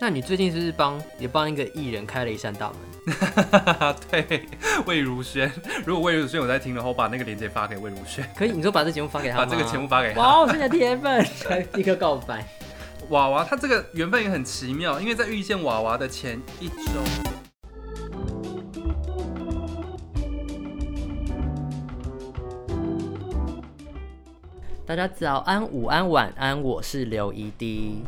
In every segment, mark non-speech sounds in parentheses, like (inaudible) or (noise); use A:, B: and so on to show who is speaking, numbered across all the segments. A: 那你最近是不是帮也帮一个艺人开了一扇大门？
B: (laughs) 对，魏如萱，如果魏如萱有在听的话，我把那个链接发给魏如萱，
A: 可以，你说把这节目发给他
B: 把
A: 吗？
B: 这个节目发给她。
A: 哇，我是你的铁 (laughs) 粉，立刻告白。
B: 娃娃，她这个缘分也很奇妙，因为在遇见娃娃的前一周。
A: 大家早安、午安、晚安，我是刘一滴，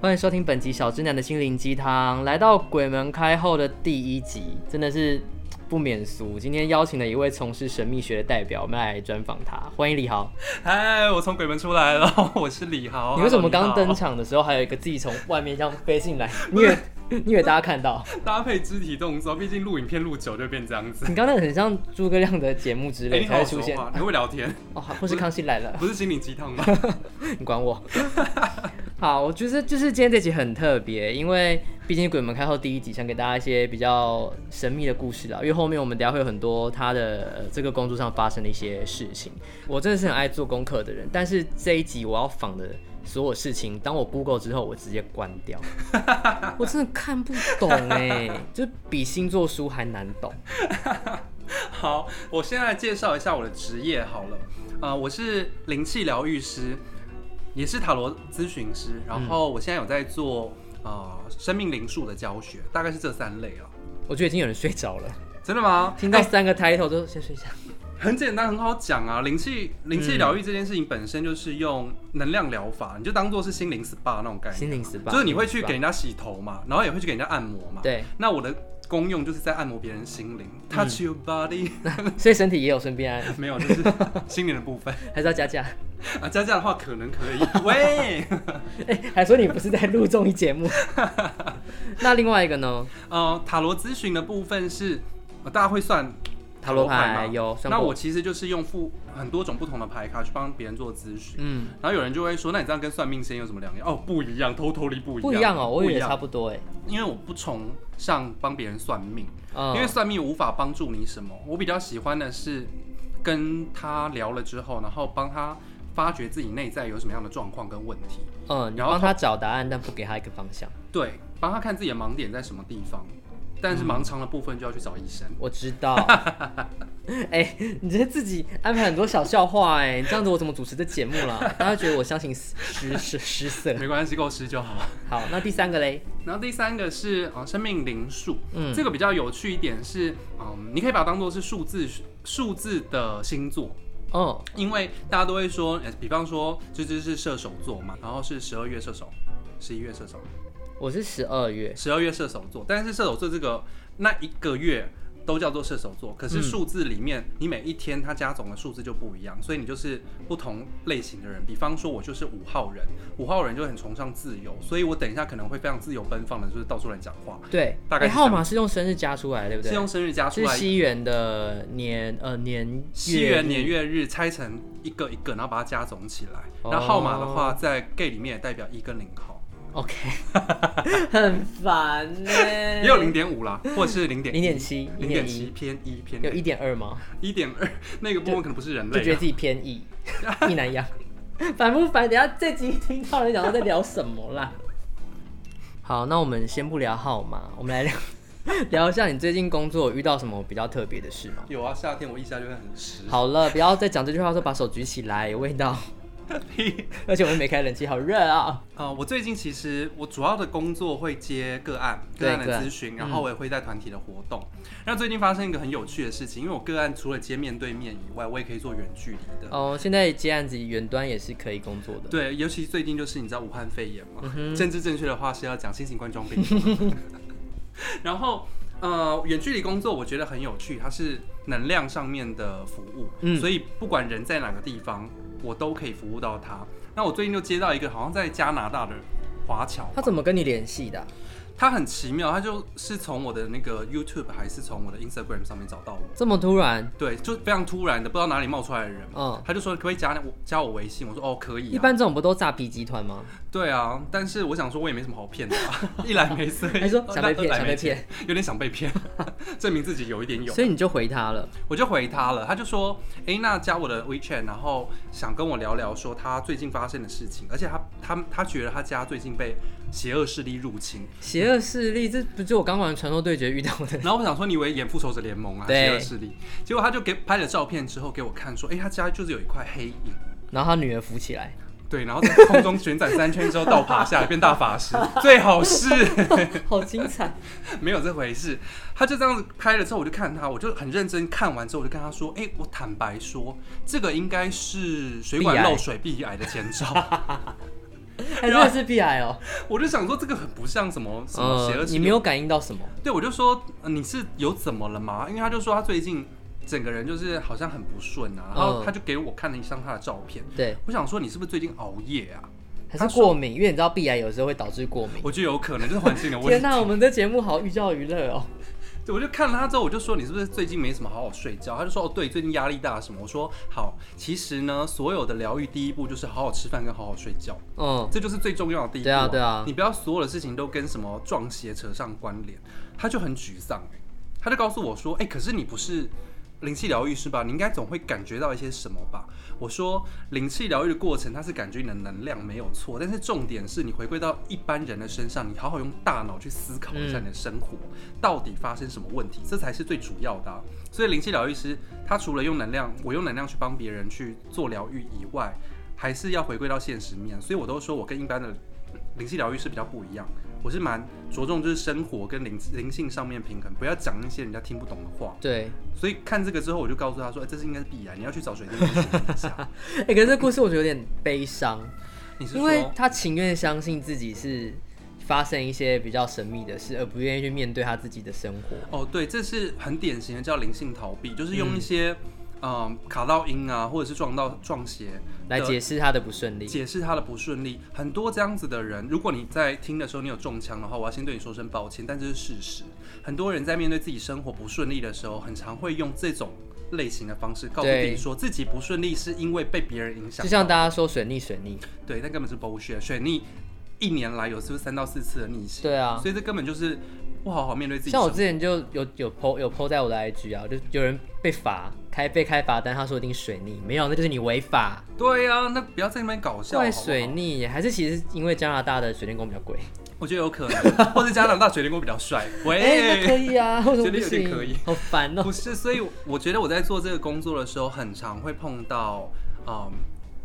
A: 欢迎收听本集小直男的心灵鸡汤。来到鬼门开后的第一集，真的是不免俗。今天邀请了一位从事神秘学的代表，我们来专访他。欢迎李豪。
B: 嗨，我从鬼门出来了，我是李豪。
A: 你为什么
B: Hello，
A: 刚登
B: 你好
A: 场的时候还有一个自己从外面这样飞进来？你以为 (laughs) 你以为大家看到？
B: 搭配肢体动作？毕竟录影片录久就变这样子。
A: 你刚才很像诸葛亮的节目之
B: 哎
A: 类
B: 你好
A: 才
B: 好
A: 会出
B: 说
A: 现
B: 话，你会聊天，
A: 哦，或是康熙来
B: (laughs)
A: 了，
B: 不是心灵鸡汤吗？
A: 你管我。 (laughs) 好，我觉得就是今天这集很特别，因为毕竟鬼门开后第一集，想给大家一些比较神秘的故事啦。因为后面我们等一下会有很多他的、呃这个工作上发生的一些事情。我真的是很爱做功课的人，但是这一集我要仿的所有事情，当我 Google 之后，我直接关掉。我真的看不懂哎，就是比星座书还难懂。
B: (laughs) 好，我现在介绍一下我的职业好了。啊、我是灵气疗愈师，也是塔罗咨询师，然后我现在有在做啊、呃生命灵数的教学，大概是这三类啊。
A: 我觉得已经有人睡着了，
B: 真的吗？
A: 听到
B: 哎
A: 三个 title 都先睡觉。
B: 很简单，很好讲啊。灵气灵气疗愈这件事情本身就是用能量疗法，你就当做是心灵 SPA 那种概念，
A: 心灵 SPA
B: 就是你会去
A: 心灵 SPA
B: 给人家洗头嘛，然后也会去给人家按摩嘛。
A: 对，嗯
B: 那我的功用就是在按摩别人心灵，touch your body，、 (laughs)
A: 所以身体也有顺便按，
B: 没有，就是心灵的部分。
A: 还是要加价。 (laughs)
B: (laughs) 啊，加价的话可能可以。 (laughs) 喂，
A: 哎、还说你不是在录综艺节
B: (laughs)
A: 目？那另外一个呢？
B: 呃，塔罗咨询的部分是，呃大家会算
A: 塔罗牌
B: 吗
A: 有算
B: 那
A: 过
B: 我其实就是用复很多种不同的牌卡去帮别人做咨询。
A: 嗯，
B: 然后有人就会说，那你这样跟算命先生有什么两样？哦，不一样，totally 不一样，
A: 不一样哦，我以
B: 不一
A: 为差
B: 样，
A: 不多哎。
B: 因为我不崇尚帮别人算命，因为
A: 嗯，
B: 算命无法帮助你什么。我比较喜欢的是跟他聊了之后，然后帮他发掘自己内在有什么样的状况跟问题，
A: 嗯，你
B: 然后
A: 帮他找答案，但不给他一个方向。
B: 对，帮他看自己的盲点在什么地方。但是盲肠的部分就要去找医生。
A: 我知
B: (laughs)
A: 道。哎、你这自己安排很多小笑话哎、这样子我怎么主持这节目啦？大家觉得我相信失失失色。
B: 没关系，够吃就好。 (laughs)
A: 好，那第三个嘞？
B: 然后第三个是呃生命灵数，
A: 嗯
B: 这个比较有趣一点是，嗯，你可以把它当做是数字数字的星座，
A: 哦，
B: 因为大家都会说，呃比方说芝芝是射手座嘛，然后是十二月射手，十一月射手，
A: 我是十二月。
B: 十二月射手座，但是射手座这个那一个月都叫做射手座，可是
A: 嗯
B: 数字里面、你每一天它加总的数字就不一样，所以你就是不同类型的人。比方说，我就是五号人，五号人就很崇尚自由，所以我等一下可能会非常自由奔放的，就是到处乱讲话，
A: 对，
B: 大概
A: 哎
B: 是这样
A: 号码是用生日加出来，对不对？
B: 是用生日加
A: 是
B: 出来。
A: 西元的年呃年月
B: 西元年
A: 日
B: 月日拆成一个一个，然后把它加总起来。
A: 哦
B: 那号码的话，在 gay 里面也代表一跟零号，
A: OK，很烦呢、
B: 也有零点五啦，或者是零点
A: 嗯零点七，零
B: 零点
A: 点
B: 七
A: 一，
B: 偏一偏
A: 有一点二吗？
B: 一点二， (laughs) 那个部分可能不是人
A: 就
B: 类
A: 觉得
B: 啊。
A: 自己偏
B: (laughs)
A: 异，一男一样，烦不烦？等一下这集听到人讲到在聊什么啦？好，那我们先不聊号码，我们来聊 (laughs) 聊一下你最近工作有遇到什么比较特别的事吗？
B: 有啊，夏天我腋下就会很湿。 (laughs)
A: 好了，不要再讲这句话的时候把手举起来，有味道。 (laughs)
B: 屁
A: 而且我们没开冷气，好热啊！
B: 啊、我最近其实我主要的工作会接个案，
A: 对
B: 个案
A: 个
B: 的
A: 案嗯
B: 咨询，然后我也会在团体的活动。那最近发生一个很有趣的事情，因为我个案除了接面对面以外，我也可以做远距离的。
A: 哦，现在接案子远端也是可以工作的。
B: 对，尤其最近就是你知道武汉肺炎嘛，
A: 嗯哼
B: 政治正确的话是要讲新型冠状病毒。
A: (laughs)
B: 然后呃，远距离工作我觉得很有趣，它是能量上面的服务，
A: 嗯
B: 所以不管人在哪个地方，我都可以服务到他。那我最近就接到一个好像在加拿大的华侨吧，
A: 他怎么跟你联系的啊、
B: 他很奇妙，他就是从我的那个 YouTube 还是从我的 Instagram 上面找到我。
A: 这么突然？
B: 对，就非常突然的，不知道哪里冒出来的人，
A: 嗯
B: 他就说可不可以加我加我微信？我说哦可以、啊。
A: 一般这种不都诈骗集团吗？
B: 对啊，但是我想说，我也没什么好骗的、
A: (laughs)
B: 啊，一来没事，
A: 还说想被
B: 二
A: 骗，
B: 来
A: 想
B: 没
A: 被骗，
B: 钱，有点想被骗， (laughs) 证明自己有一点有，
A: 所以你就回他了。
B: 我就回他了，他就说，哎、那加我的 WeChat，然后想跟我聊聊说他最近发生的事情，而且他他他觉得他家最近被邪恶势力入侵。
A: 邪恶势力，这不就我刚玩《传说对决》遇到
B: (laughs)
A: 的？
B: 然后我想说，你以为演复仇者联盟啊，
A: 对
B: 邪恶势力，结果他就给拍了照片之后给我看，说，哎、他家就是有一块黑影，
A: 然后他女儿浮起来，
B: 对，然后在空中旋转三圈之后倒爬下来变大法师，最好是
A: (laughs) 好精
B: (laughs)
A: 彩！
B: 没有这回事。他就这样子拍了之后，我就看他，我就很认真看完之后，我就跟他说，哎、我坦白说，这个应该是水管
A: 壁癌
B: 漏水壁癌的前兆。
A: 还真的是 B I 哦，
B: (laughs) 我就想说，这个很不像什么什么邪恶
A: 呃，
B: 势
A: 你
B: 力，
A: 没有感应到什么？
B: 对，我就说呃你是有怎么了吗？因为他就说他最近整个人就是好像很不顺啊，然后
A: 嗯
B: 他就给我看了一张他的照片。
A: 对，
B: 我想说你是不是最近熬夜啊？
A: 还
B: 他
A: 是
B: 说
A: 过敏，因为你知道 B I 有时候会导致过敏。
B: 我觉得有可能就是环境的问
A: (laughs) 天
B: 题。
A: 哪、我们的节目好寓教于乐哦。
B: 对我就看了他之后，我就说你是不是最近没什么好好睡觉？他就说哦，对，最近压力大什么？我说好，其实呢，所有的疗愈第一步就是好好吃饭跟好好睡觉，
A: 嗯，
B: 这就是最重要的第一步、
A: 对啊对啊
B: 你不要所有的事情都跟什么撞邪扯上关联。他就很沮丧、欸他就告诉我说，哎、可是你不是。灵气疗愈师吧，你应该总会感觉到一些什么吧？我说灵气疗愈的过程，它是感觉你的能量没有错，但是重点是你回归到一般人的身上，你好好用大脑去思考一下
A: 嗯
B: 你的生活、到底发生什么问题，这才是最主要的啊、所以灵气疗愈师他除了用能量，我用能量去帮别人去做疗愈以外，还是要回归到现实面。所以我都说我跟一般的灵气疗愈是比较不一样，我是蛮着重就是生活跟灵灵性上面平衡，不要讲那些人家听不懂的话。
A: 对。
B: 所以看这个之后，我就告诉他说，哎，这是应该是必然，你要去找水晶宫询问
A: (laughs)
B: 一下。
A: 哎、可是这故事我觉得有点悲伤，
B: 你是
A: 因为
B: 说
A: 他情愿相信自己是发生一些比较神秘的事，而不愿意去面对他自己的生活。
B: 哦，对，这是很典型的叫灵性逃避，就是用一些嗯、呃卡到音啊，或者是撞到撞邪
A: 来解释他的不顺利。
B: 解释他的不顺利。很多这样子的人，如果你在听的时候你有中枪的话，我要先对你说声抱歉，但这是事实。很多人在面对自己生活不顺利的时候，很常会用这种类型的方式告诉自
A: 对
B: 己说自己不顺利是因为被别人影响
A: 就。像大家说水逆水逆，
B: 对，那根本是 bullshit。水逆一年来有是不是三到四次的逆行？
A: 对啊
B: 所以这根本就是不好好面对自己生
A: 像
B: 活。
A: 我之前就有有 PO 有 PO 在我的 IG 啊，就有人被罚开被开罚单，他说一定水逆，没有，那就是你违法，
B: 对呀、那不要在那边搞笑。
A: 怪
B: 好不好
A: 水逆耶，还是其实因为加拿大的水电工比较贵，
B: 我觉得有可能，或是加拿大水电工比较帅。喂，
A: (laughs) 哎、那可以啊，为什么
B: 觉得
A: 不
B: 有点
A: 行？
B: 可以
A: 好 (laughs) 烦哦、
B: (laughs) 不是，所以我觉得我在做这个工作的时候，很常会碰到，嗯，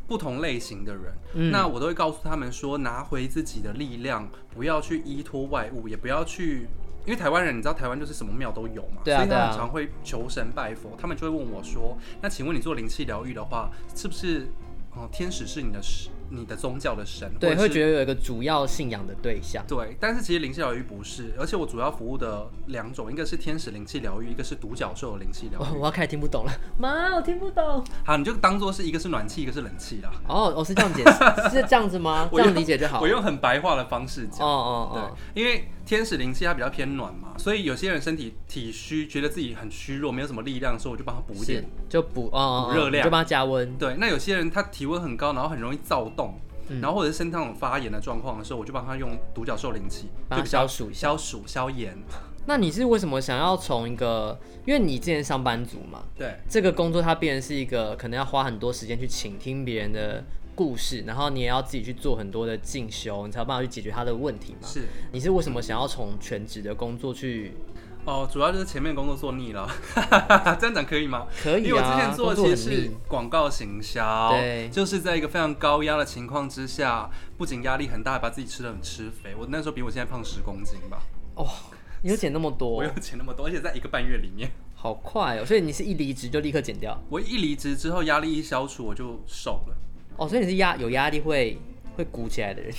B: 不同类型的人。
A: 嗯
B: 那我都会告诉他们说，拿回自己的力量，不要去依托外物，也不要去。因为台湾人，你知道台湾就是什么庙都有嘛，
A: 对啊
B: 所以他
A: 对啊
B: 们常会求神拜佛，他们就会问我说：“那请问你做灵气疗愈的话，是不是，哦、天使是你的神，你的宗教的神？
A: 对，会
B: 觉。
A: 觉得有一个主要信仰的对象。
B: 对，但是其实灵气疗愈不是，而且我主要服务的两种，一个是天使灵气疗愈，一个是独角兽灵气疗
A: 我
B: 愈。
A: 哦我要开始听不懂了，妈，我听不懂。
B: 好，你就当做是一个是暖气，一个是冷气啦。
A: 哦，我、是这样解释， (laughs) 是这样子吗？这
B: 我用
A: 样理解就好。
B: 我
A: 哦
B: 用很白话的方式讲。
A: 哦哦，
B: 对，因为天使灵气它比较偏暖嘛，所以有些人身体体虚，觉得自己很虚弱，没有什么力量的时候，我就帮他补一
A: 是
B: 点。
A: 就补哦哦
B: 补
A: 哦，
B: 热量
A: 就帮它加温。
B: 对，那有些人他体温很高，然后很容易躁动，
A: 嗯
B: 然后或者是身上有发炎的状况的时候，我就帮他用独角兽灵气，
A: 帮他
B: 就比较
A: 消暑一下
B: 消暑、消炎。
A: 那你是为什么想要从一个，因为你之前上班族嘛，
B: 对，
A: 这个工作它必然是一个可能要花很多时间去倾听别人的故事，然后你也要自己去做很多的进修，你才有办法去解决他的问题嘛。
B: 是。
A: 你是为什么想要从全职的工作去？
B: 哦，主要就是前面工作做腻了， (laughs) 这样讲可以吗？
A: 可以啊
B: 因为我之前做的
A: 工作
B: 其
A: 很
B: 实是
A: 腻
B: 广告行销，
A: 对
B: 就是在一个非常高压的情况之下，不仅压力很大，还把自己吃的很吃肥。我那时候比我现在胖十公斤吧，
A: 哦，你有减那么多
B: 我，有减那么多，而且在一个半月里面，
A: 好快哦！所以你是一离职就立刻减掉。
B: 我一离职之后压力一消除，我就瘦了。
A: 哦，所以你是压有压力会会鼓起来的
B: (laughs)
A: 人，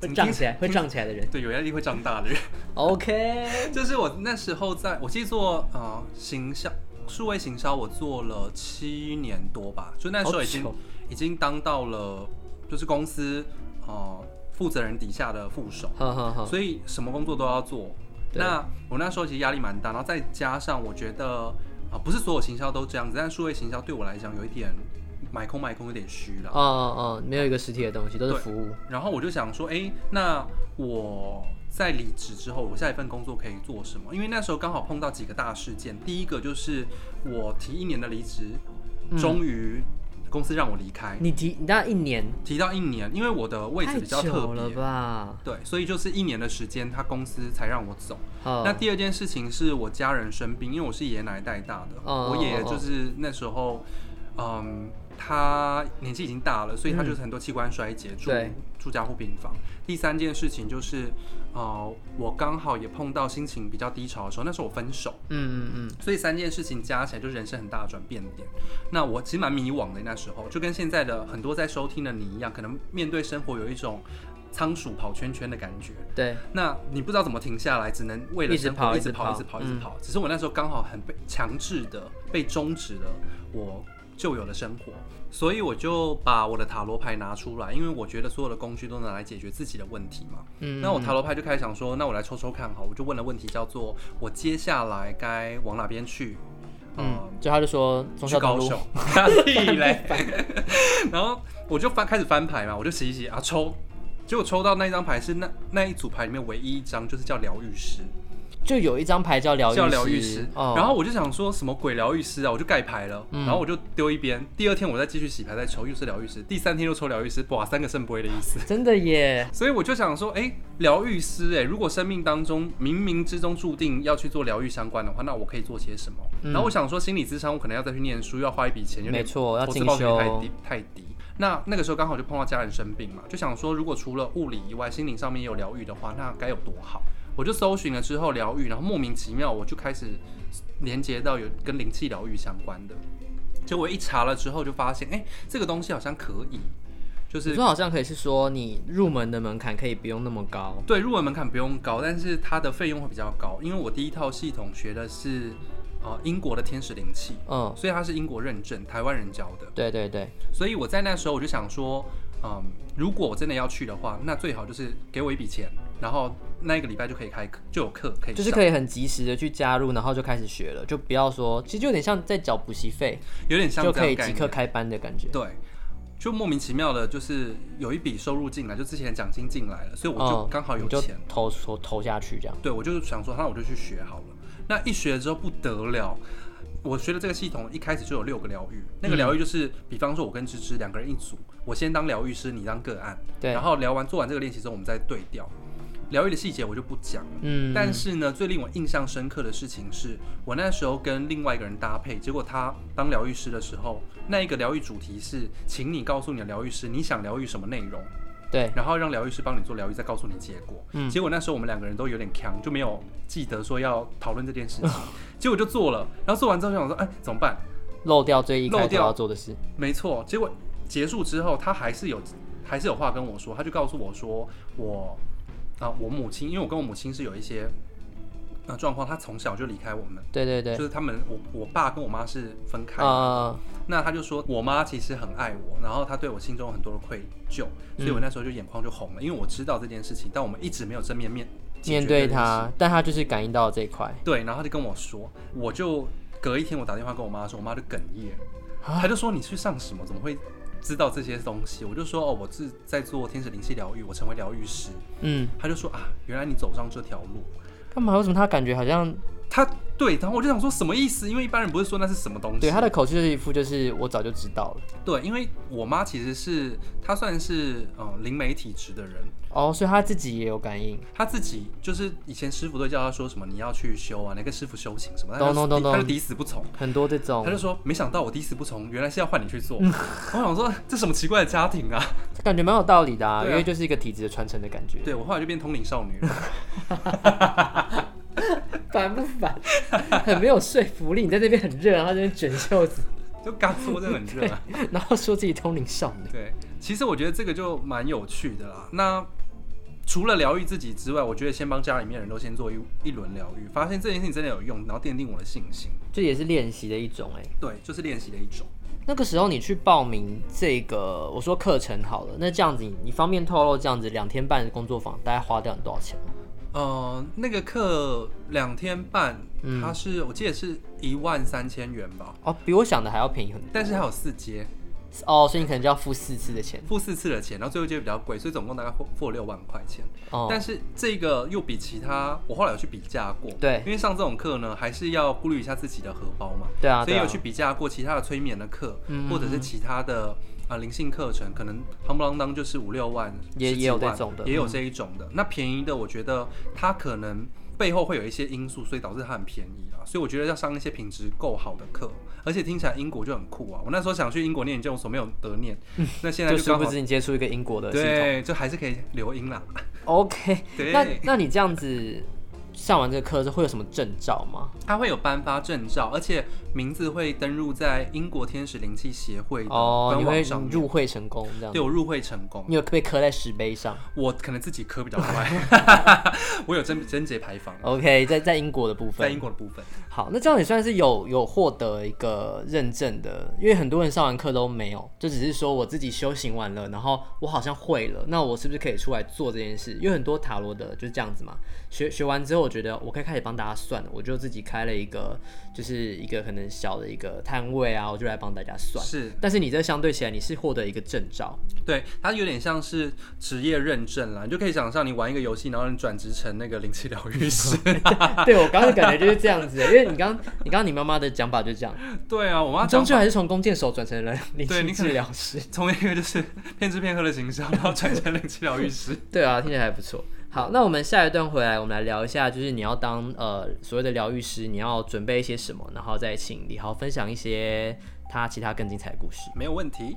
A: 会胀起来会胀起来的人。
B: 对，有压力会长大的人， (laughs)
A: OK，
B: 就是我那时候在，我记得做呃行销。数位行销我做了七年多吧，就那时候已经
A: 好久
B: 已经当到了就是公司呃负责人底下的副手，
A: 好好好，
B: 所以什么工作都要做。
A: 嗯对
B: 那我那时候其实压力蛮大，然后再加上我觉得啊、不是所有行销都这样子，但数位行销对我来讲有一点买空买空有点虚了。
A: 哦哦哦，没有一个实体的东西，都是服务。
B: 然后我就想说，哎、那我在离职之后，我下一份工作可以做什么？因为那时候刚好碰到几个大事件，第一个就是我提一年的离职，终于公司让我离开，
A: 你提你大概一年，
B: 提到一年，因为我的位置
A: 太
B: 比较特
A: 久了
B: 别，
A: 吧？
B: 对，所以就是一年的时间，他公司才让我走。
A: 好
B: 那，第二件事情是我家人生病，因为我是爷爷奶奶带大的，
A: 哦
B: 我爷爷
A: 哦
B: 就
A: 哦
B: 是那时候，嗯，他年纪已经大了，所以他就是很多器官衰竭，住
A: 对
B: 住加护病房。第三件事情就是，呃，我刚好也碰到心情比较低潮的时候，那时候我分手，
A: 嗯嗯嗯，
B: 所以三件事情加起来就是人生很大的转变点。那我其实蛮迷惘的，那时候就跟现在的很多在收听的你一样，可能面对生活有一种仓鼠跑圈圈的感觉。
A: 对，
B: 那你不知道怎么停下来，只能为了
A: 一直
B: 生活
A: 跑
B: 一
A: 一直
B: 直跑，
A: 跑
B: 一直跑，一
A: 嗯
B: 直跑。只是我那时候刚好很被强制的被终止了我旧有的生活，所以我就把我的塔罗牌拿出来，因为我觉得所有的工具都能来解决自己的问题嘛。
A: 嗯，
B: 那我塔罗牌就开始想说，那我来抽抽看好了，我就问了问题叫做我接下来该往哪边去？呃
A: 嗯，就他就说中
B: 去
A: 孝
B: 高
A: 东路
B: 雄， (laughs) 屁嘞！然后我就翻开始翻牌嘛，我就洗一洗啊抽，结果抽到那一张牌是那那一组牌里面唯一一张，就是叫疗愈师，
A: 就有一张牌叫疗愈
B: 叫疗愈师。
A: 哦，
B: 然后我就想说什么鬼疗愈师啊，我就盖牌了，然后我就丢一边。第二天我再继续洗牌再抽，又是疗愈师。第三天又抽疗愈师，哇，三个圣杯的意思。
A: 真的耶，
B: 所以我就想说，哎、疗愈师、哎，如果生命当中冥冥之中注定要去做疗愈相关的话，那我可以做些什么？然后我想说，心理咨商我可能要再去念书，又要花一笔钱，有点
A: 嗯没错要
B: 投资
A: 进
B: 报酬率太
A: 修
B: 低太低。那那个时候刚好就碰到家人生病嘛，就想说，如果除了物理以外，心灵上面也有疗愈的话，那该有多好？我就搜寻了之后疗愈，然后莫名其妙我就开始连接到有跟灵气疗愈相关的。结果一查了之后就发现，哎、这个东西好像可以，就是
A: 你说好像可以是说你入门的门槛可以不用那么高，
B: 对，入门门槛不用高，但是它的费用会比较高，因为我第一套系统学的是呃英国的天使灵气，
A: 嗯，
B: 所以它是英国认证，台湾人教的，
A: 对对对，
B: 所以我在那时候我就想说，嗯，如果我真的要去的话，那最好就是给我一笔钱，然后那一个礼拜就可以开课，就有课可以上，
A: 就是可以很及时的去加入，然后就开始学了，就不要说，其实就有点像在缴补习费，
B: 有点像
A: 就
B: 这
A: 可
B: 样
A: 以
B: 的概
A: 即
B: 念
A: 刻开班的感觉。
B: 对，就莫名其妙的，就是有一笔收入进来，就之前的奖金进来了，所以我就
A: 嗯
B: 刚好有
A: 你就
B: 钱。
A: 投投投下去这样。
B: 对，我就想说，那我就去学好了。那一学之后不得了，我学的这个系统一开始就有六个疗愈，那
A: 嗯
B: 个疗愈就是，比方说我跟芝芝两个人一组，我先当疗愈师，你当个案，
A: 对
B: 然，后聊完做完这个练习之后，我们再对调。疗愈的细节我就不讲了。
A: 嗯，
B: 但是呢，最令我印象深刻的事情是我那时候跟另外一个人搭配，结果他当疗愈师的时候，那一个疗愈主题是，请你告诉你的疗愈师你想疗愈什么内容。
A: 对，
B: 然后让疗愈师帮你做疗愈，再告诉你结果。
A: 嗯
B: 结果那时候我们两个人都有点呛，就没有记得说要讨论这
A: (laughs)
B: 件事情，结果就做了。然后做完之后就想说，哎，怎么办？
A: 漏掉最一开
B: 漏
A: 头
B: 掉
A: 要做的事。
B: 没错，结果结束之后，他还是有还是有话跟我说，他就告诉我说，我啊、我母亲，因为我跟我母亲是有一些呃状况，她从小就离开我们，
A: 对对对
B: 就，是他们我我爸跟我妈是分开的。
A: 呃，
B: 那他就说，我妈其实很爱我，然后她对我心中有很多的愧疚，
A: 嗯
B: 所以我那时候就眼眶就红了，因为我知道这件事情，但我们一直没有正面面解决
A: 面
B: 这
A: 对
B: 件
A: 他，但他就是感应到这一块
B: 事。，对，然后他就跟我说，我就隔一天我打电话跟我妈说，我妈就哽咽，
A: 啊
B: 她就说你去上什么，怎么会知道这些东西？我就说哦，我是在做天使灵气疗愈，我成为疗愈师。
A: 嗯，
B: 她就说啊，原来你走上这条路。
A: 干嘛？为什么他感觉好像
B: 她对，然后我就想说什么意思？因为一般人不是说那是什么东西？
A: 对他的口气就是一副就是我早就知道了
B: 对，因为我妈其实是她算是呃灵媒体质的人，
A: 哦，所以他自己也有感应，
B: 她自己就是以前师傅都叫她说什么你要去修啊，你要跟师傅修行什么，她
A: 懂
B: 就
A: 懂懂
B: 她就
A: 懂
B: 抵死不从，
A: 很多这
B: 她
A: 种
B: 就说没想到我抵死不从，原来是要换你去
A: 嗯
B: 做。我想说这什么奇怪的家庭啊？ (laughs)
A: 感觉蛮有道理的啊，
B: 对啊
A: 因为就是一个体质的传承的感觉，
B: 对我后来就变通灵少女了。 (laughs)
A: 烦不烦？很没有说服力。你在这边很热，然后在那边卷袖子，
B: 就刚说真的很热、啊，
A: 然后说自己通灵少女，
B: 对，其实我觉得这个就蛮有趣的啦。那除了疗愈自己之外，我觉得先帮家里面人都先做一一轮疗愈，发现这件事情真的有用，然后奠定我的信心。
A: 这也是练习的一种哎、
B: 对，就是练习的一种。
A: 那个时候你去报名这个，我说课程好了，那这样子你你方便透露这样子两天半的工作坊大概花掉你多少钱吗？
B: 呃，那个课两天半，
A: 嗯
B: 它是我记得是一万三千元吧，
A: 哦，比我想的还要便宜很多。
B: 但是还有四节，
A: 哦，所以你可能就要付四次的钱。
B: 付四次的钱，然后最后就比较贵，所以总共大概付付了六万块钱。
A: 哦，
B: 但是这个又比其他，我后来有去比价过，
A: 对
B: 因为上这种课呢，还是要顾虑一下自己的荷包嘛，
A: 对啊，
B: 所
A: 对
B: 以
A: 啊
B: 有去比价过其他的催眠的课，
A: 嗯
B: 或者是其他的啊、呃灵性课程，可能夯不啷当就是五六万，
A: 也
B: 十几
A: 也有这
B: 万
A: 种的
B: 也有
A: 嗯
B: 这一种的。那便宜的，我觉得它可能背后会有一些因素，所以导致它很便宜啊。所以我觉得要上一些品质够好的课，而且听起来英国就很酷啊。我那时候想去英国念研究所，没有得念，那现
A: 嗯
B: 在
A: 就
B: 就是刚
A: 不
B: 好
A: 知你接触一个英国的系统。
B: 对，就还是可以留英啦。
A: OK，
B: 对
A: 那那你这样子上完这个课之后会有什么证照吗？
B: 它会有颁发证照，而且名字会登录在英国天使灵气协会的
A: 哦，
B: 官
A: 你会
B: 网上面。
A: 入会成功这样
B: 对
A: 子，
B: 我入会成功，
A: 你有被刻在石碑上。
B: 我可能自己磕比
A: (laughs)
B: 较快，我有贞贞节牌坊，
A: OK，在在英国的部
B: 在
A: 分
B: 英，国的部分，
A: 好，那这样也算是有有获得一个认证的，因为很多人上完课都没有，就只是说我自己修行完了，然后我好像会了，那我是不是可以出来做这件事？因为很多塔罗的就是这样子嘛，学学完之后，我觉得我可以开始帮大家算了，我就自己开了一个就是一个可能小的一个摊位啊，我就来帮大家算。
B: 是
A: 但是你这相对起来，你是获得一个证
B: (laughs)
A: 照，
B: 对它有点像是职业认证啦，你就可以想象你玩一个游戏，然后你转职成那个灵气疗
A: (laughs)
B: 愈师。
A: 对我刚刚感觉就是这样子，欸因为你刚你刚刚你妈妈的讲法就这样，
B: 对啊，我妈
A: 你终
B: 讲
A: 究还是从弓箭手转成了 (laughs) 灵
B: 对
A: 性
B: 你可
A: 治
B: 能
A: 疗师。
B: 从一个就是骗吃骗喝的
A: (laughs)
B: 形象，然后转成灵气疗愈师。
A: 对啊，听起来还不错。好，那我们下一段回来，我们来聊一下，就是你要当呃所谓的疗愈师，你要准备一些什么，然后再请李豪分享一些他其他更精彩的故事。
B: 没有问题。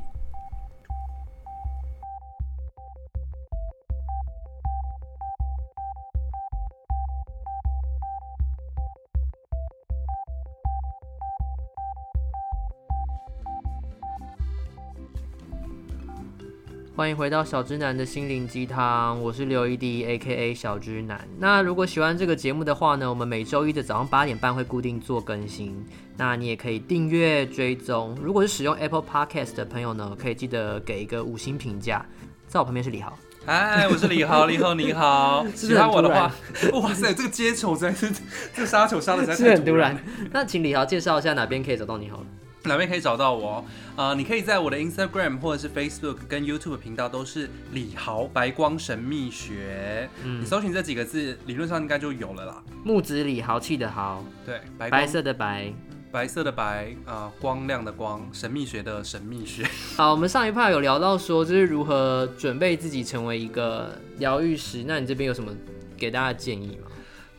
A: 欢迎回到小之男的心灵鸡汤，我是刘一迪，A K A 小之男。那如果喜欢这个节目的话呢，我们每周一的早上八点半会固定做更新，那你也可以订阅追踪。如果是使用 Apple Podcast 的朋友呢，可以记得给一个五星评价。在我旁边是李豪，
B: 嗨，我是李豪，李豪你好。
A: (laughs) 是
B: 喜欢我的
A: 很
B: 话，哇塞，这个接球真是，这个杀球杀的实在
A: 是
B: 太
A: 很突然。 (laughs) 那请李豪介绍一下哪边可以找到你好了。
B: 哪边可以找到我？啊、你可以在我的 Instagram 或者是 Facebook 跟 YouTube 频道都是李豪白光神秘学，
A: 嗯
B: 你搜寻这几个字，理论上应该就有了啦。
A: 木子李豪气的豪，
B: 对，白光
A: 白色的白。
B: 白色的白，啊、光亮的光，神秘学的神秘学。 (laughs)
A: 好，我们上一趴有聊到说，就是如何准备自己成为一个疗愈师。那你这边有什么给大家的建议吗？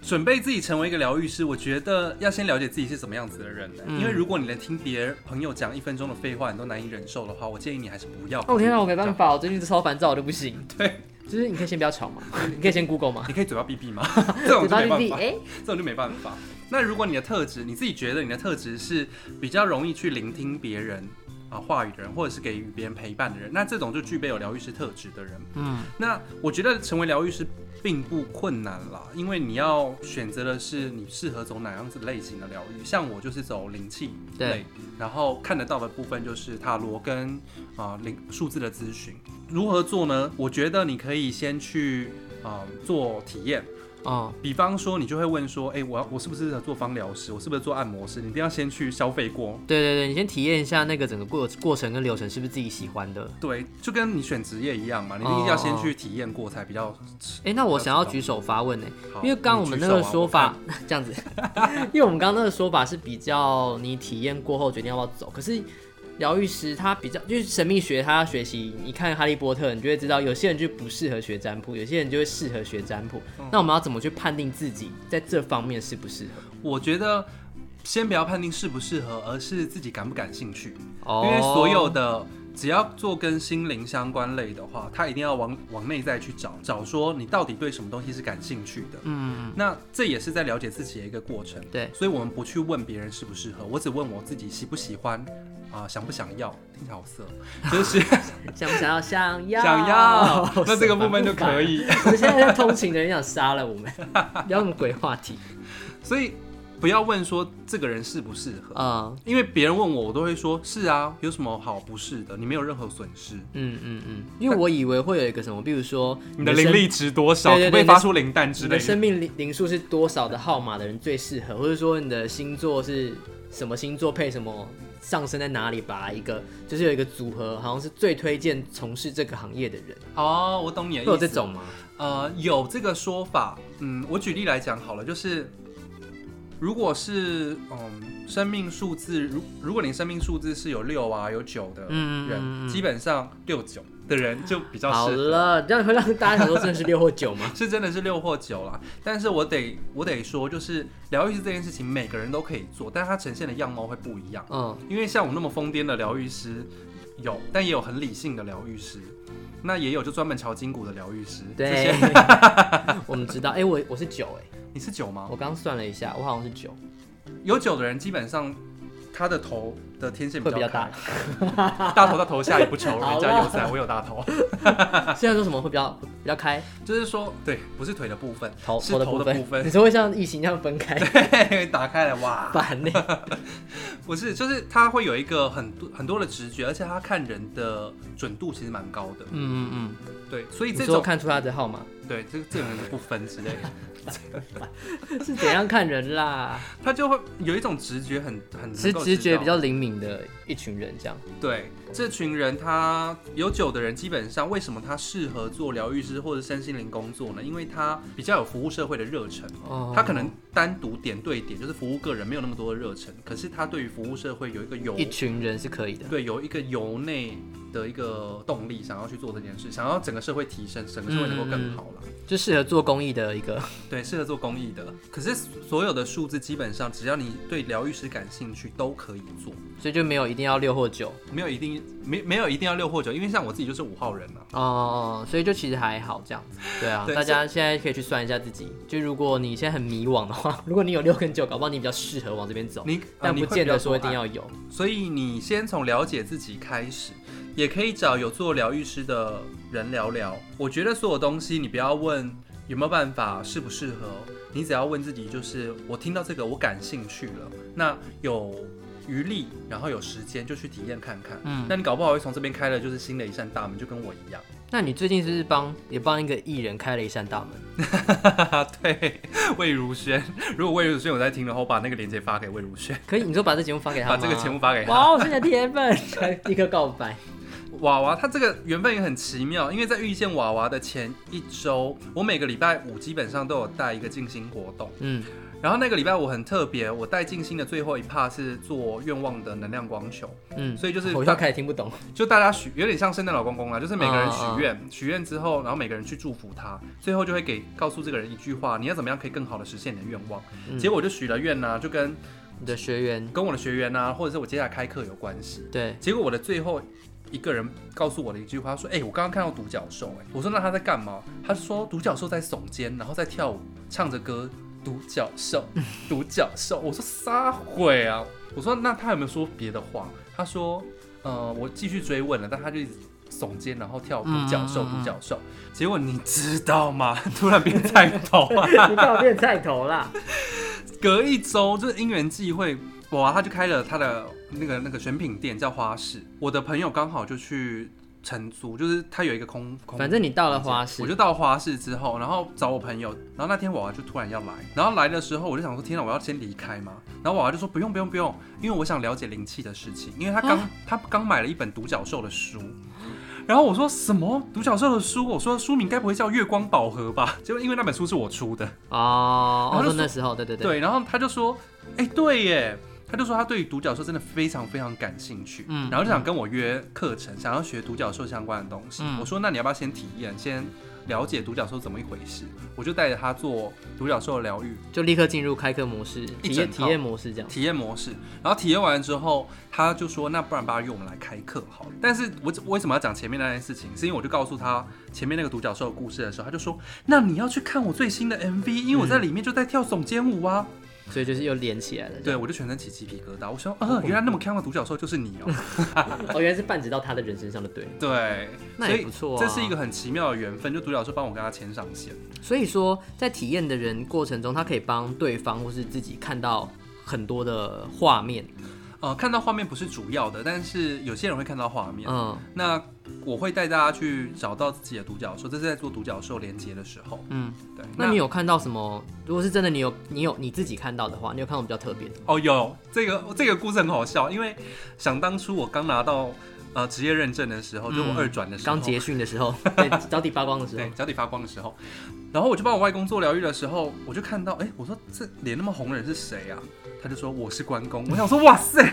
B: 准备自己成为一个疗愈师，我觉得要先了解自己是什么样子的人呢、
A: 嗯
B: 因为如果你连听别人朋友讲一分钟的废话你都难以忍受的话，我建议你还是不要。
A: 哦天哪，我没办法，我最近超烦躁，我就不行。
B: 对，
A: 就是你可以先不要 (laughs) 吵嘛，你可以先 Google 嘛。
B: 你可以嘴巴闭
A: (laughs)
B: 闭吗？这种
A: 嘴
B: 就
A: 巴
B: 没
A: 闭
B: 办
A: 闭，
B: 法。
A: 哎，
B: 这种就没办法。那如果你的特质，你自己觉得你的特质是比较容易去聆听别人啊话语的人，或者是给予别人陪伴的人，那这种就具备有疗愈师特质的人。
A: 嗯，
B: 那我觉得成为疗愈师并不困难啦，因为你要选择的是你适合走哪样子类型的疗愈。像我就是走灵气类
A: 对，
B: 然后看得到的部分就是塔罗跟啊灵数字的咨询。如何做呢？我觉得你可以先去啊、做体验。
A: 哦，
B: 比方说，你就会问说，哎、我要我是不是做芳疗师？我是不是做按摩师？你一定要先去消费过。
A: 对对对，你先体验一下那个整个过过程跟流程是不是自己喜欢的。
B: 对，就跟你选职业一样嘛，
A: 哦
B: 你一定要先去体验过才比较
A: 哎，那我想要举手发问呢，欸
B: 好。
A: 哦因为刚刚我们那个说法、
B: 你啊
A: (laughs) 这样子，因为我们刚刚那个说法是比较你体验过后决定要不要走，可是疗愈师他比较就是神秘学，他学习你看哈利波特，你就会知道有些人就不适合学占卜，有些人就会适合学占卜。
B: 嗯
A: 那我们要怎么去判定自己在这方面适不适合
B: 举手啊，？我觉得先不要判定适不适合，而是自己感不感兴趣。
A: 哦
B: 因为所有的只要做跟心灵相关类的话，他一定要往往内在去找，找说你到底对什么东西是感兴趣的。
A: 嗯，
B: 那这也是在了解自己的一个过程。
A: 对
B: 所以我们不去问别人适不适合，我只问我自己喜不喜欢，啊、想不想要，听起来好色，就是
A: 想不想要？想要，
B: 想要，那这个部分就可。以。
A: 我们现在在通勤的人想杀了我
B: (laughs)
A: 们，聊什么鬼话题？
B: 所以不要问说这个人适不适合，
A: 嗯
B: 因为别人问我，我都会说是啊，有什么好不是的？你没有任何损失，
A: 嗯嗯嗯，因为我以为会有一个什么，比如说
B: 你的灵
A: 身
B: 力值多少，
A: 对对对
B: 可不可以
A: 你的
B: 发出灵弹之
A: 你
B: 类
A: 的
B: 的。
A: 生命灵灵数是多少的号码的人最适合，或者说你的星座是什么星座配什么上升在哪里吧，一个就是有一个组合，好像是最推荐从事这个行业的人，
B: 哦，我懂你的
A: 会
B: 意
A: 有
B: 思。
A: 这种吗？
B: 呃，有这个说法。嗯，我举例来讲好了，就是如果是嗯生命数字，如如果你生命数字是有六啊有九的
A: 嗯嗯
B: 人，
A: 嗯嗯
B: 基本上六九的人就比较
A: 好
B: 适合。
A: 了，这样会让大家想说真的是六或九吗？
B: 是真的是六或九啦，但是我得我得说，就是疗愈师这件事情，每个人都可以做，但它呈现的样貌会不一样。
A: 嗯，
B: 因为像我那么疯癫的疗愈师有，但也有很理性的疗愈师，那也有就专门敲筋骨的疗愈师。这
A: 对
B: 些，
A: (laughs) 我们知道，哎、我我是九，哎，
B: 你是九吗？
A: 我刚算了一下，我好像是九，
B: 有九的人基本上他的头的天线
A: 会比较
B: 大
A: (laughs) 大，。
B: 大头到头下也
A: (laughs)
B: 不愁，
A: 好了
B: 人家有伞，我有大头。
A: 现在说什么会比较比较开
B: 就是说，对，不是腿的部分， (laughs)
A: 头
B: 是
A: 的
B: 头
A: 分，
B: 部分
A: 你，说会像异形一样分开， (laughs)
B: 对，打开了，哇，
A: 烦欸呢、
B: 不是，就是他会有一个很多很多的直觉，而且他看人的准度其实蛮高的，
A: (laughs) 嗯嗯嗯，
B: 对，所以
A: 你
B: 这
A: 说
B: 种
A: 看出他的号码
B: 对这这种人就不分之类的。
A: (laughs) (laughs) 是怎样看人啦？
B: 他就会有一种直觉很，很能
A: 是
B: 够
A: 直
B: 知
A: 觉
B: 道
A: 比较灵敏的一群人，这样。
B: 对。这群人他有酒的人，基本上为什么他适合做疗愈师或者身心灵工作呢？因为他比较有服务社会的热忱，
A: 哦
B: 他可能单独点对点就是服务个人没有那么多的热忱，可是他对于服务社会有一个由
A: 一群人是可以的。
B: 对有一个由内的一个动力，想要去做这件事，想要整个社会提升，整个社会能够更好了。
A: 就适合做公益的一个。 (laughs)
B: 对，适合做公益的。可是所有的数字基本上，只要你对疗愈师感兴趣，都可以做。
A: 所以就没有一定要六或九
B: 没有一定没没有一定要六或九，因为像我自己就是五号人嘛、
A: 哦，所以就其实还好这样子。对啊，
B: 对
A: 大家现在可以去算一下自己，就如果你现在很迷惘的话， (laughs) 如果你有六跟九，搞不好你比较适合往这边走，
B: 你
A: 哦但不见得说一定，
B: 呃
A: 要有。
B: 你会比较多爱所以你先从了解自己开始，也可以找有做疗愈师的人聊聊。我觉得所有东西你不要问有没有办法适不适合，你只要问自己，就是我听到这个我感兴趣了，那有余力，然后有时间就去体验看看。
A: 嗯
B: 那你搞不好会从这边开了就是新的一扇大门，就跟我一样。 (laughs)
A: 那你最近是不是帮也帮一个艺人开了一扇大门？
B: 对，魏如萱，如果魏如萱有在听的话，我把那个链接发给魏如萱。
A: 可以，你说把这节目发给他
B: 把
A: 吗？
B: 这个节目发给他。
A: 哇，我是你的铁粉， (laughs) 立刻告白。
B: 娃娃，他这个缘分也很奇妙，因为在遇见娃娃的前一周，我每个礼拜五基本上都有带一个静心活动。
A: 嗯，
B: 然后那个礼拜五很特别，我带静心的最后一趴是做愿望的能量光球，
A: 嗯，
B: 所以就是
A: 我又开始听不
B: (laughs)
A: 懂。
B: 就大家许有点像圣诞老公公啦，就是每个人许
A: 嗯嗯
B: 愿，许愿之后，然后每个人去祝福他，最后就会给告诉这个人一句话，你要怎么样可以更好的实现你的愿望。
A: 嗯
B: 结果我就许了愿呢、就跟
A: 你的学员
B: 跟我的学员啊，或者是我接下来开课有关系。
A: 对，
B: 结果我的最后一个人告诉我的一句话，他说：“哎、我刚刚看到独角兽。”哎，我说：“那他在干嘛？”他说：“独角兽在耸肩，然后在跳舞，唱着歌。”独角
A: (laughs)
B: 兽，独角兽，我说撒谎啊！我说那他有没有说别的话？他说，呃，我继续追问了，但他就一直耸肩，然后跳独角兽，
A: 嗯嗯嗯
B: 独角兽。结果你知道吗？ (laughs) 突然变菜头啊！
A: (laughs) 你把我变菜头啦。
B: 隔一周就是因缘际会，哇，他就开了他的那个那个选品店叫花市。我的朋友刚好就去承租，就是他有一个空
A: (laughs)
B: 空，
A: 反正你到了花市
B: 我，就到花市之后，然后找我朋友，然后那天娃娃就突然要来，然后来的时候我就想说，天哪，我要先离开嘛。然后娃娃就说不用不用不用，因为我想了解灵气的事情，因为他刚、他刚买了一本独角兽的书。然后我说什么独角兽的书？我说书名该不会叫《月光宝盒》吧？结果因为那本书是我出的，
A: 哦，
B: 然后
A: 我
B: 就
A: 说那时候，对对对，
B: 对，然后他就说，哎、对耶，他就说他对于独角兽真的非常非常感兴趣，
A: 嗯
B: 然后就想跟我约课程，想要学独角兽相关的东西。
A: 嗯
B: 我说那你要不要先体验，先了解独角兽怎么一回事？我就带着他做独角兽的疗愈
A: 就立刻进入开课模式，体验
B: 整
A: 体
B: 套
A: 验模式这样。
B: 体验模式，然后体验完之后，他就说那不然八月我们来开课好了。但是我我为什么要讲前面那件事情？是因为我就告诉他前面那个独角兽的故事的时候，他就说那你要去看我最新的 MV，因为我在里面就在跳耸肩舞啊。
A: 所以就是又连起来了。
B: 对，我就全身起鸡皮疙瘩。我说，呃，原来那么看的独角兽就是你哦、
A: 哦，原来是泛指到他的人身上的对。
B: 对，
A: 那
B: 所
A: 也
B: 以
A: 不错啊
B: 这是一个很奇妙的缘分，就独角兽帮我跟他牵上线。
A: 所以说，在体验的人过程中，他可以帮对方或是自己看到很多的画面。
B: 呃，看到画面不是主要的，但是有些人会看到画面。
A: 嗯，
B: 那我会带大家去找到自己的独角兽，这是在做独角兽连接的时候。
A: 嗯，
B: 对，
A: 那你有看到什么？如果是真的，你有你有你自己看到的话，你有看到比较特别的吗？
B: 哦，有这个这个故事很好笑，因为想当初我刚拿到呃职业认证的时候，就我
A: 嗯
B: 二转的时候，
A: 刚结训的时
B: (laughs)
A: 候，对，脚底发光的时候
B: 对，脚底发光的时候，然后我就帮我外公做疗愈的时候，我就看到，哎、我说这脸那么红的人是谁啊？他就说我是关公，我想说哇
A: (laughs)
B: 塞，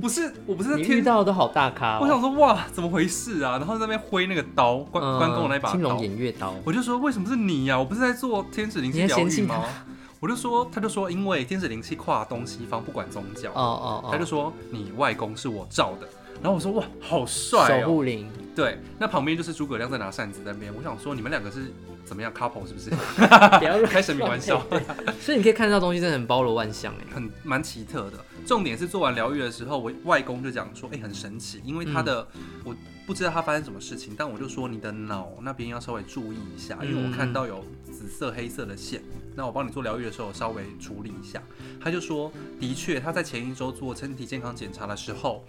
B: 不是，我不是在
A: 你遇
B: 天，
A: 到的都好大咖哦。
B: 我想说哇，怎么回事啊？然后在那边挥那个刀，关、
A: 嗯
B: 关公的那把
A: 青龙
B: 刀，
A: 偃月刀，
B: 我就说为什么是你啊呀、我不是在做天使灵气
A: 你在
B: 疗
A: 嫌
B: 愈
A: 弃
B: 吗？我就说，他就说因为天使灵气跨东西方，不管宗教，
A: 哦哦哦，
B: 他就说你外公是我照的。然后我说哇，好帅
A: 守
B: 哦！
A: 护
B: (laughs)
A: 灵，
B: 对，那旁边就是诸葛亮在拿扇子在那边。我想说，你们两个是怎么样 couple 是不 (laughs) 是？
A: 不要乱
B: 开神秘玩笑，
A: 所以你可以看到东西真的很包罗万象哎。
B: 很蛮奇特的。重点是做完疗愈的时候，我外公就讲说，哎、很神奇，因为他的、我不知道他发生什么事情，但我就说你的脑那边要稍微注意一下，因为我看到有紫色、黑色的线。那我帮你做疗愈的时候稍微处理一下。他就说，的确，他在前一周做身体健康检查的时候，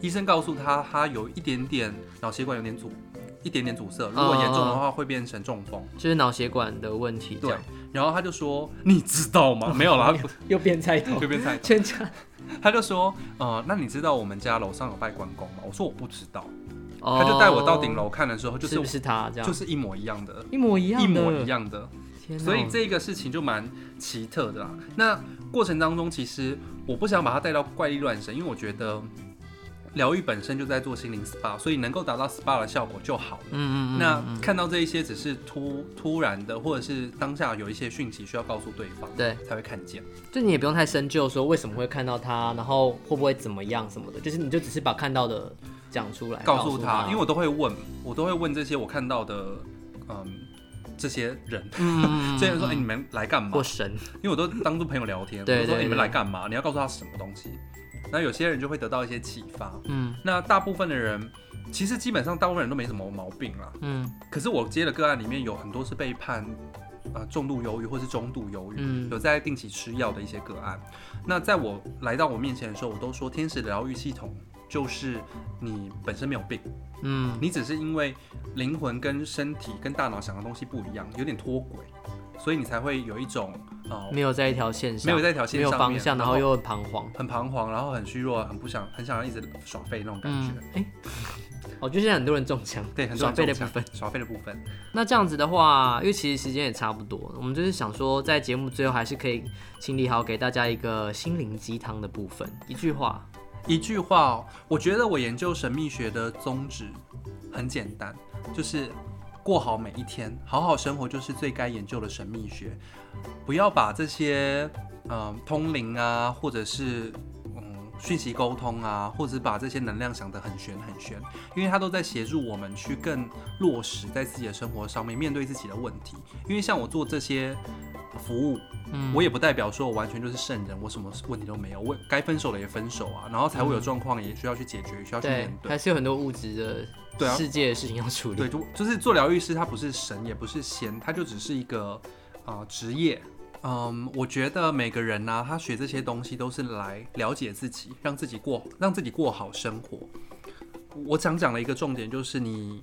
B: 医生告诉他他有一点点脑血管有点阻，一点点阻塞，如果严重的话会变成中风。
A: 就是脑血管的问题，这
B: 对
A: 样，
B: 然后他就说，你知
A: (laughs)
B: 道吗？没有啦， (laughs)
A: 又变菜头
B: 随，便猜。
A: 全家
B: 他就说，呃，那你知道我们家楼上有拜关公吗？我说我不知道。
A: 哦
B: (laughs) 他就带我到顶，楼看的时候，就是
A: 是不是他这样？
B: 就是一模一样的，
A: 一模一样，
B: 一模一，样的。
A: 天哪！
B: 所以这个事情就蛮奇特的啦。那过程当中，其实我不想把它带到怪力乱神，因为我觉得疗愈本身就在做心灵 SPA，所以能够达到 SPA 的效果就好了。
A: 嗯，嗯嗯嗯，
B: 那看到这一些只是突突然的，或者是当下有一些讯息需要告诉对方
A: 对，
B: 才会看见。
A: 就你也不用太深究说为什么会看到他，然后会不会怎么样什么的，就是你就只是把看到的讲出来，哎
B: 告
A: 告
B: 诉
A: 他
B: 他，，因为我都会问，我都会问这些我看到的，嗯，这些人，
A: 嗯嗯嗯
B: 这些人说，哎、
A: 嗯
B: 你们来干
A: (laughs)
B: 嘛
A: 或？神，
B: 因为我都当做朋友聊天，我
A: 对
B: 就说，哎、
A: 对
B: 你们
A: 对
B: 来干嘛？你要告诉他什么东西？那有些人就会得到一些启发。
A: 嗯
B: 那大部分的人，其实基本上大部分人都没什么毛病啦。
A: 嗯
B: 可是我接的个案里面有很多是被判，呃，重度忧郁或是中度忧郁，
A: 嗯
B: 有在定期吃药的一些个案。那在我来到我面前的时候，我都说天使的疗愈系统就是你本身没有病。
A: 嗯，
B: 你只是因为灵魂跟身体跟大脑想的东西不一样，有点脱轨，所以你才会有一种呃
A: 没有在一条线上，
B: 没有在一条线
A: 没有
B: 上面
A: 方向，然后又很彷徨。
B: 很彷徨，然后很虚弱，很不想很想要一直耍废那种感
A: 嗯
B: 觉。，
A: 哎、 (laughs) 我觉得现在很多人中枪，
B: 对，很多
A: 嗯耍废的
B: 人这
A: 部
B: 种
A: 分。
B: 想，耍废的部分，
A: 那这样子的话，因为其实时间也差不多，我们就是想说，在节目最后还是可以清理好给大家一个心灵鸡汤的部分，一句话，
B: 一句话、哦，我觉得我研究神秘学的宗旨很简单，就是过好每一天，好好生活就是最该研究的神秘学。不要把这些嗯、通灵啊，或者是嗯讯息沟通啊，或者是把这些能量想得很玄很玄，因为它都在协助我们去更落实在自己的生活上面，面对自己的问题。因为像我做这些服务，
A: 嗯
B: 我也不代表说我完全就是圣人，我什么问题都没有，我该分手的也分手啊，然后才会有状况也需要去解决，需要
A: 嗯
B: 去
A: 对
B: 面，对
A: 还。是有很多物质
B: 对
A: 的
B: 啊
A: 世界的事情要处理。
B: 对，就就是做疗愈师，他不是神，也不是仙，他就只是一个啊职、业。嗯，我觉得每个人呢、他学这些东西都是来了解自己，让自己过让自己过好生活。我想讲的一个重点就是你。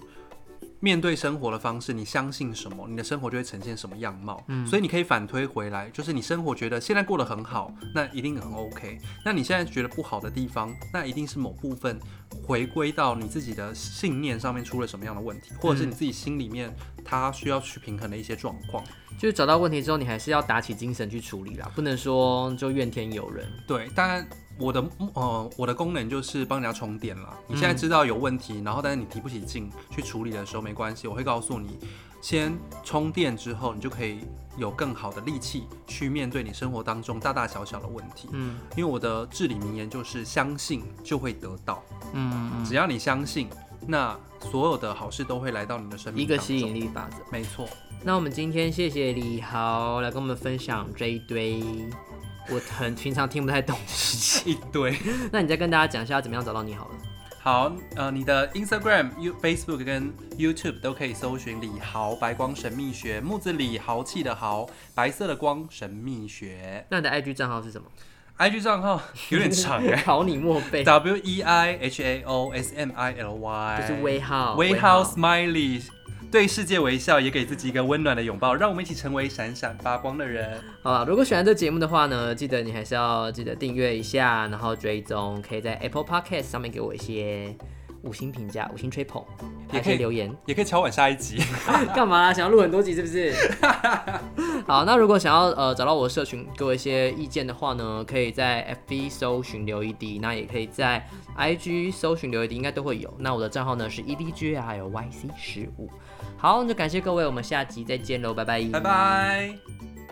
B: 面对生活的方式，你相信什么，你的生活就会呈现什么样貌。嗯，所以你可以反推回来，就是你生活觉得现在过得很好，那一定很 OK。那你现在觉得不好的地方，那一定是某部分回归到你自己的信念上面出了什么样的问题，或者是你自己心里面它需要去平衡的一些状况。
A: 就是找到问题之后，你还是要打起精神去处理啦，不能说就怨天尤人。
B: 对，当然我的呃我的功能就是帮人家充电啦。
A: 嗯
B: 你现在知道有问题，然后但是你提不起劲去处理的时候没关系，我会告诉你，先充电之后，你就可以有更好的力气去面对你生活当中大大小小的问题。
A: 嗯
B: 因为我的至理名言就是相信就会得到，
A: 嗯，
B: 只要你相信，那所有的好事都会来到你的生命
A: 一个
B: 当
A: 吸引
B: 中。
A: 力法则。
B: 没错，
A: 那我们今天谢谢李豪来跟我们分享这一堆我很平常听不太懂的事情。 (laughs)
B: 一堆。
A: 那你再跟大家讲一下怎么样找到你好了。
B: 好，呃，你的 Instagram、You、Facebook 跟 YouTube 都可以搜寻李豪白光神秘学，木字李豪气的豪，白色的光神秘学。
A: 那你的 IG 账号是什么？
B: IG 账号有点长哎、
A: (laughs) 考你默背，
B: W E I H A O S M I L Y，
A: 就是微号
B: 微
A: 微
B: 号
A: 号
B: Smiley，对世界微笑，也给自己一个温暖的拥抱，让我们一起成为闪闪发光的人。
A: 好吧，如果喜欢这节目的话呢，记得你还是要记得订阅一下，然后追踪，可以在 Apple Podcast 上面给我一些五星评价、五星吹捧，还
B: 也可
A: 可
B: 以
A: 以留言。
B: 也可以敲碗下一集，
A: 嗯干嘛、想要录很多集是不是？好，那如果想要呃找到我的社群给我一些意见的话呢，可以在 FB 搜寻刘一滴，那也可以在 IG 搜寻刘一滴，应该都会有。那我的账号呢是 EDG 还有 YC 十五。好，那就感谢各位，我们下集再见喽，拜拜，
B: 拜。拜。